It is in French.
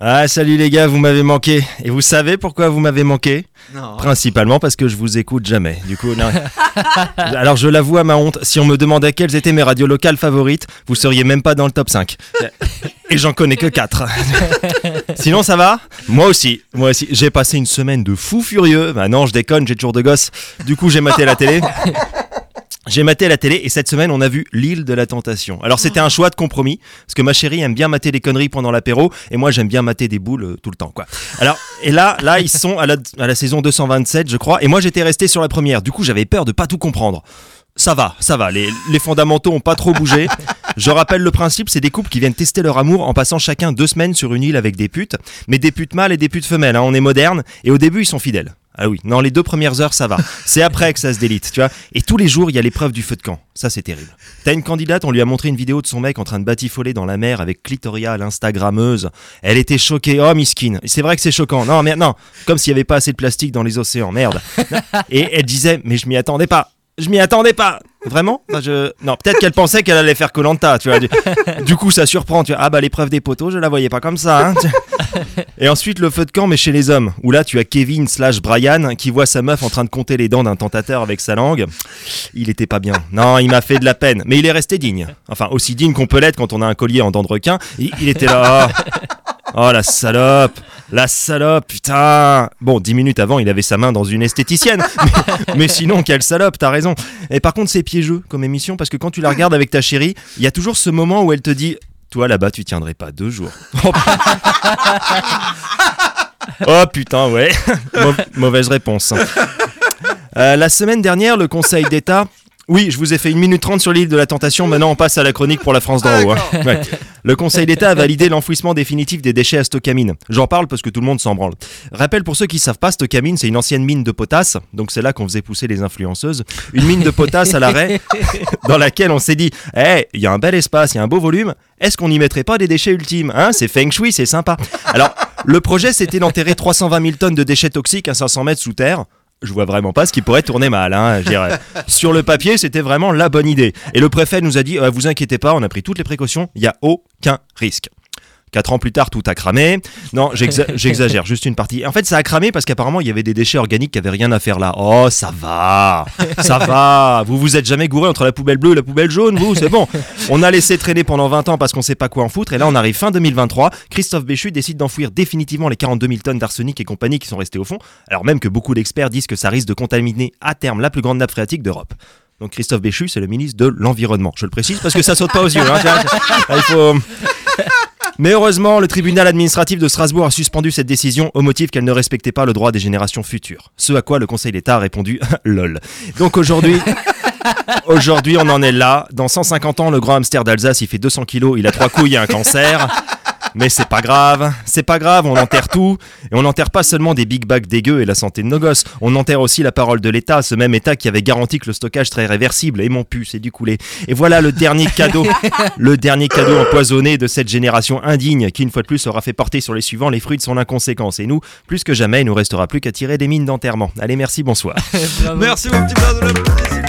Ah salut les gars, vous m'avez manqué. Et vous savez pourquoi vous m'avez manqué Non. Principalement parce que je vous écoute jamais. Du coup, non. alors je l'avoue à ma honte, si on me demandait quelles étaient mes radios locales favorites, vous seriez même pas dans le top 5. Et j'en connais que 4. Sinon ça va Moi aussi, moi aussi. J'ai passé une semaine de fou furieux. Bah non, je déconne, j'ai toujours de gosses. Du coup, j'ai maté la télé. J'ai maté la télé et cette semaine on a vu L'île de la tentation. Alors c'était un choix de compromis parce que ma chérie aime bien mater des conneries pendant l'apéro et moi j'aime bien mater des boules euh, tout le temps quoi. Alors et là là ils sont à la, à la saison 227 je crois et moi j'étais resté sur la première. Du coup j'avais peur de pas tout comprendre. Ça va, ça va, les, les fondamentaux ont pas trop bougé. Je rappelle le principe, c'est des couples qui viennent tester leur amour en passant chacun deux semaines sur une île avec des putes, mais des putes mâles et des putes femelles, hein, on est moderne, et au début ils sont fidèles. Ah oui, non, les deux premières heures ça va, c'est après que ça se délite, tu vois. Et tous les jours il y a l'épreuve du feu de camp, ça c'est terrible. T'as une candidate, on lui a montré une vidéo de son mec en train de batifoler dans la mer avec Clitoria, l'instagrammeuse. Elle était choquée, oh miskin, c'est vrai que c'est choquant, non mais non, comme s'il y avait pas assez de plastique dans les océans, merde. Et elle disait, mais je m'y attendais pas. Je m'y attendais pas. Vraiment Enfin, je... Non, peut-être qu'elle pensait qu'elle allait faire Colanta, tu vois. Du... du coup, ça surprend. Tu vois. Ah bah l'épreuve des poteaux, je la voyais pas comme ça. hein. Et ensuite le feu de camp, mais chez les hommes, où là tu as Kevin slash Brian qui voit sa meuf en train de compter les dents d'un tentateur avec sa langue. Il était pas bien. Non, il m'a fait de la peine, mais il est resté digne. Enfin, aussi digne qu'on peut l'être quand on a un collier en dents de requin. Il, il était là. Oh la salope La salope, putain Bon, dix minutes avant, il avait sa main dans une esthéticienne. Mais, mais sinon, quelle salope, t'as raison. Et par contre, c'est piégeux comme émission parce que quand tu la regardes avec ta chérie, il y a toujours ce moment où elle te dit Toi là-bas, tu tiendrais pas deux jours. Oh, pu- Oh, putain, ouais Mau- Mauvaise réponse. hein. Euh, la semaine dernière, le Conseil d'État. Oui, je vous ai fait une minute trente sur l'île de la tentation. Maintenant, on passe à la chronique pour la France d'en haut. hein. Ouais. Le Conseil d'État a validé l'enfouissement définitif des déchets à Stocamine. J'en parle parce que tout le monde s'en branle. Rappel pour ceux qui ne savent pas, Stocamine, c'est une ancienne mine de potasse. Donc, c'est là qu'on faisait pousser les influenceuses. Une mine de potasse à l'arrêt, dans laquelle on s'est dit Eh, il y a un bel espace, il y a un beau volume. Est-ce qu'on n'y mettrait pas des déchets ultimes hein C'est feng shui, c'est sympa. Alors, le projet, c'était d'enterrer 320 000 tonnes de déchets toxiques à 500 mètres sous terre. Je vois vraiment pas ce qui pourrait tourner mal. Hein, je dirais. Sur le papier, c'était vraiment la bonne idée. Et le préfet nous a dit euh, Vous inquiétez pas, on a pris toutes les précautions, il n'y a aucun risque. Quatre ans plus tard, tout a cramé. Non, j'exa- j'exagère, juste une partie. En fait, ça a cramé parce qu'apparemment, il y avait des déchets organiques qui avaient rien à faire là. Oh, ça va, ça va. Vous vous êtes jamais gouré entre la poubelle bleue et la poubelle jaune, vous, c'est bon. On a laissé traîner pendant 20 ans parce qu'on sait pas quoi en foutre. Et là, on arrive fin 2023. Christophe Béchu décide d'enfouir définitivement les 42 000 tonnes d'arsenic et compagnie qui sont restées au fond. Alors même que beaucoup d'experts disent que ça risque de contaminer à terme la plus grande nappe phréatique d'Europe. Donc Christophe Béchu, c'est le ministre de l'Environnement. Je le précise parce que ça saute pas aux yeux. hein, tu vois. Il faut- mais heureusement, le tribunal administratif de Strasbourg a suspendu cette décision au motif qu'elle ne respectait pas le droit des générations futures. Ce à quoi le Conseil d'État a répondu lol. Donc aujourd'hui, aujourd'hui on en est là. Dans 150 ans, le grand hamster d'Alsace, il fait 200 kilos, il a trois couilles et un cancer. Mais c'est pas grave, c'est pas grave, on enterre tout. Et on n'enterre pas seulement des big bags dégueux et la santé de nos gosses, on enterre aussi la parole de l'État, ce même État qui avait garanti que le stockage serait réversible, et mon pu, c'est du couler. Et voilà le dernier cadeau, le dernier cadeau empoisonné de cette génération indigne qui, une fois de plus, aura fait porter sur les suivants les fruits de son inconséquence. Et nous, plus que jamais, il nous restera plus qu'à tirer des mines d'enterrement. Allez, merci, bonsoir. Merci, mon petit bras de la police.